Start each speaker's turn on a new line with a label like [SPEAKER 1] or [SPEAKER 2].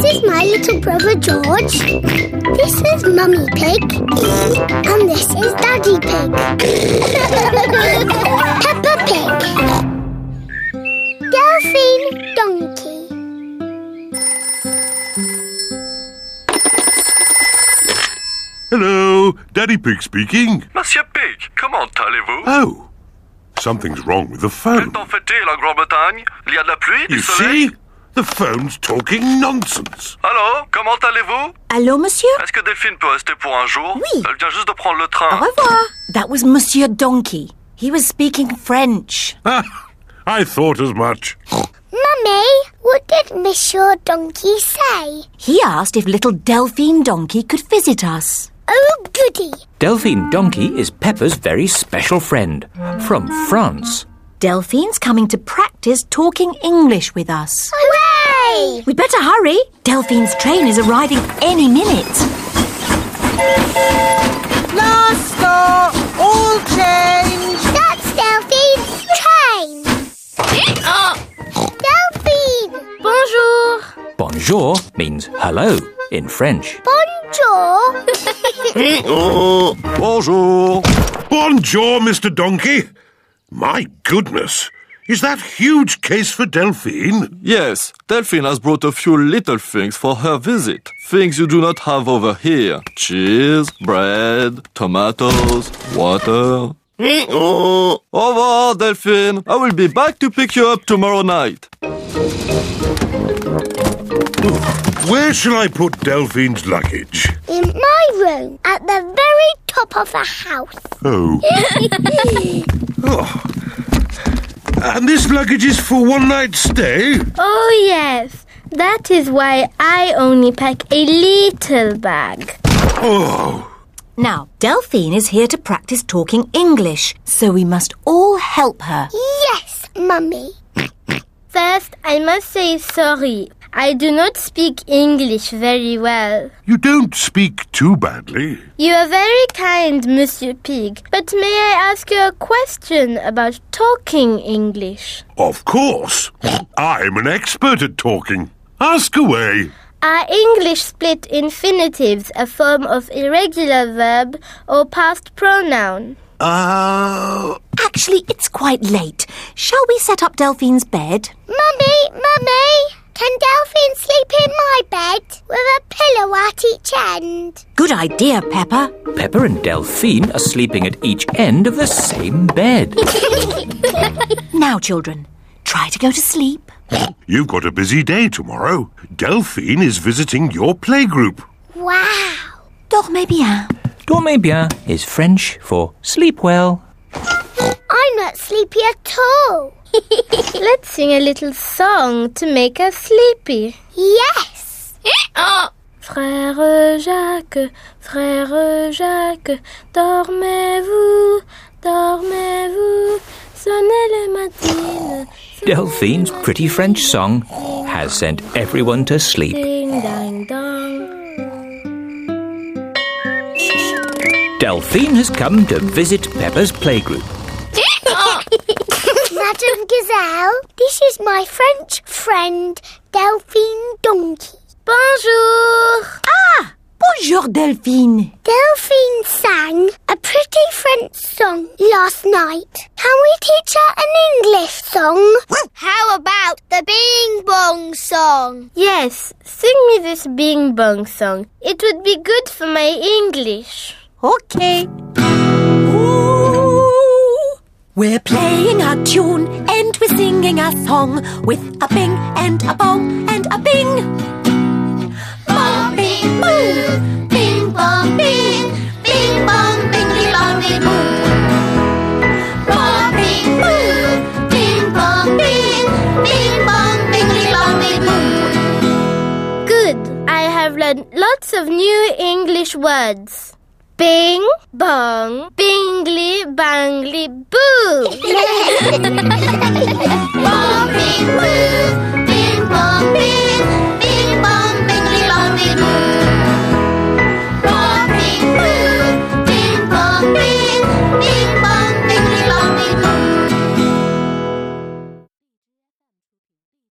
[SPEAKER 1] little brother George. This is Mummy Pig. And this is Daddy Pig. Peppa Pig. Delphine Donkey.
[SPEAKER 2] Hello, Daddy Pig speaking.
[SPEAKER 3] Monsieur Pig, comment allez-vous
[SPEAKER 2] Oh, something's wrong with the
[SPEAKER 3] Que
[SPEAKER 2] phone.
[SPEAKER 3] t'en fait-il en Grande-Bretagne Il y a de la pluie, du
[SPEAKER 2] You
[SPEAKER 3] soleil
[SPEAKER 2] see? The phone's talking nonsense.
[SPEAKER 3] Allô, comment allez-vous
[SPEAKER 4] Allô, monsieur?
[SPEAKER 3] Est-ce que Delphine peut rester pour un jour
[SPEAKER 4] Oui. Ah
[SPEAKER 3] Elle vient juste de prendre le
[SPEAKER 4] Au
[SPEAKER 3] train.
[SPEAKER 4] revoir. That was Monsieur Donkey. He was speaking French.
[SPEAKER 2] Ah, I thought as much.
[SPEAKER 1] Mummy, what did Monsieur Donkey say?
[SPEAKER 4] He asked if little Delphine Donkey could visit us.
[SPEAKER 1] Oh, goody.
[SPEAKER 5] Delphine Donkey is Peppa's very special friend from France.
[SPEAKER 4] Delphine's coming to practice talking English with us.
[SPEAKER 1] Hooray!
[SPEAKER 4] We'd better hurry. Delphine's train is arriving any minute.
[SPEAKER 6] Last stop, all change.
[SPEAKER 1] That's Delphine's train. Delphine! Bonjour!
[SPEAKER 5] Bonjour means hello in French.
[SPEAKER 1] Bonjour!
[SPEAKER 3] Bonjour.
[SPEAKER 2] Bonjour, Mr. Donkey. My goodness. Is that huge case for Delphine?
[SPEAKER 3] Yes, Delphine has brought a few little things for her visit. Things you do not have over here. Cheese, bread, tomatoes, water. Au revoir, Delphine. I will be back to pick you up tomorrow night.
[SPEAKER 2] Where shall I put Delphine's luggage?
[SPEAKER 1] In my room, at the very top of the house.
[SPEAKER 2] Oh. oh. And this luggage is for one night stay?
[SPEAKER 7] Oh, yes. That is why I only pack a little bag.
[SPEAKER 2] Oh.
[SPEAKER 4] Now, Delphine is here to practice talking English, so we must all help her.
[SPEAKER 1] Yes, Mummy.
[SPEAKER 7] First, I must say sorry. I do not speak English very well.
[SPEAKER 2] You don't speak too badly.
[SPEAKER 7] You are very kind, Monsieur Pig, but may I ask you a question about talking English?
[SPEAKER 2] Of course. I'm an expert at talking. Ask away.
[SPEAKER 7] Are English split infinitives a form of irregular verb or past pronoun?
[SPEAKER 2] Uh,
[SPEAKER 4] Actually, it's quite late. Shall we set up Delphine's bed?
[SPEAKER 1] Mummy, Mummy! Can Delphine sleep in my bed with a pillow at each end?
[SPEAKER 4] Good idea, Peppa.
[SPEAKER 5] Peppa and Delphine are sleeping at each end of the same bed.
[SPEAKER 4] Now, children, try to go to sleep.
[SPEAKER 2] you've got a busy day tomorrow. Delphine is visiting your playgroup.
[SPEAKER 1] Wow!
[SPEAKER 4] Dormez bien.
[SPEAKER 5] Dormez bien is French for sleep well.
[SPEAKER 1] I'm not sleepy at all.
[SPEAKER 7] Let's sing a little song to make us sleepy.
[SPEAKER 1] Yes!
[SPEAKER 7] Frère Jacques, frère Jacques, dormez-vous, dormez-vous, sonnez les matines.
[SPEAKER 5] Delphine's pretty French song has sent everyone to sleep.
[SPEAKER 7] Ding dang dong.
[SPEAKER 5] Delphine has come to visit Peppa's playgroup.
[SPEAKER 1] Madame Gazelle, this is my French friend, Delphine Donkey.
[SPEAKER 7] Bonjour!
[SPEAKER 4] Ah! Bonjour, Delphine.
[SPEAKER 1] Delphine sang a pretty French song last night. Can we teach her an English song? How about the Bing Bong song?
[SPEAKER 7] Yes, sing me this Bing Bong song. It would be good for my English.
[SPEAKER 4] Okay. Ooh, we're playing a tune and we're singing a song with a bing and a bong and a bing.
[SPEAKER 1] Bong bing boo, bing bong bing, bing bong bingy bong bing boo. Bong bing boo, bing bong bing, bing bong bingy bong bing boo.
[SPEAKER 7] Good. I have learned lots of new English words. Bing, bong, bingly, bangly, boo.